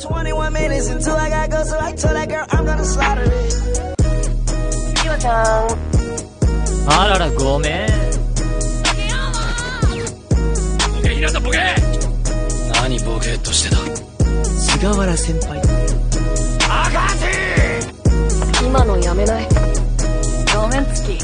21 minutes until I gotta go, so I told that girl I'm gonna slaughter it. Mila Town. あらら、ごめん。ボケひなたボケ何ボケっとしてた菅原先輩。赤字今のやめない。ごめん、月。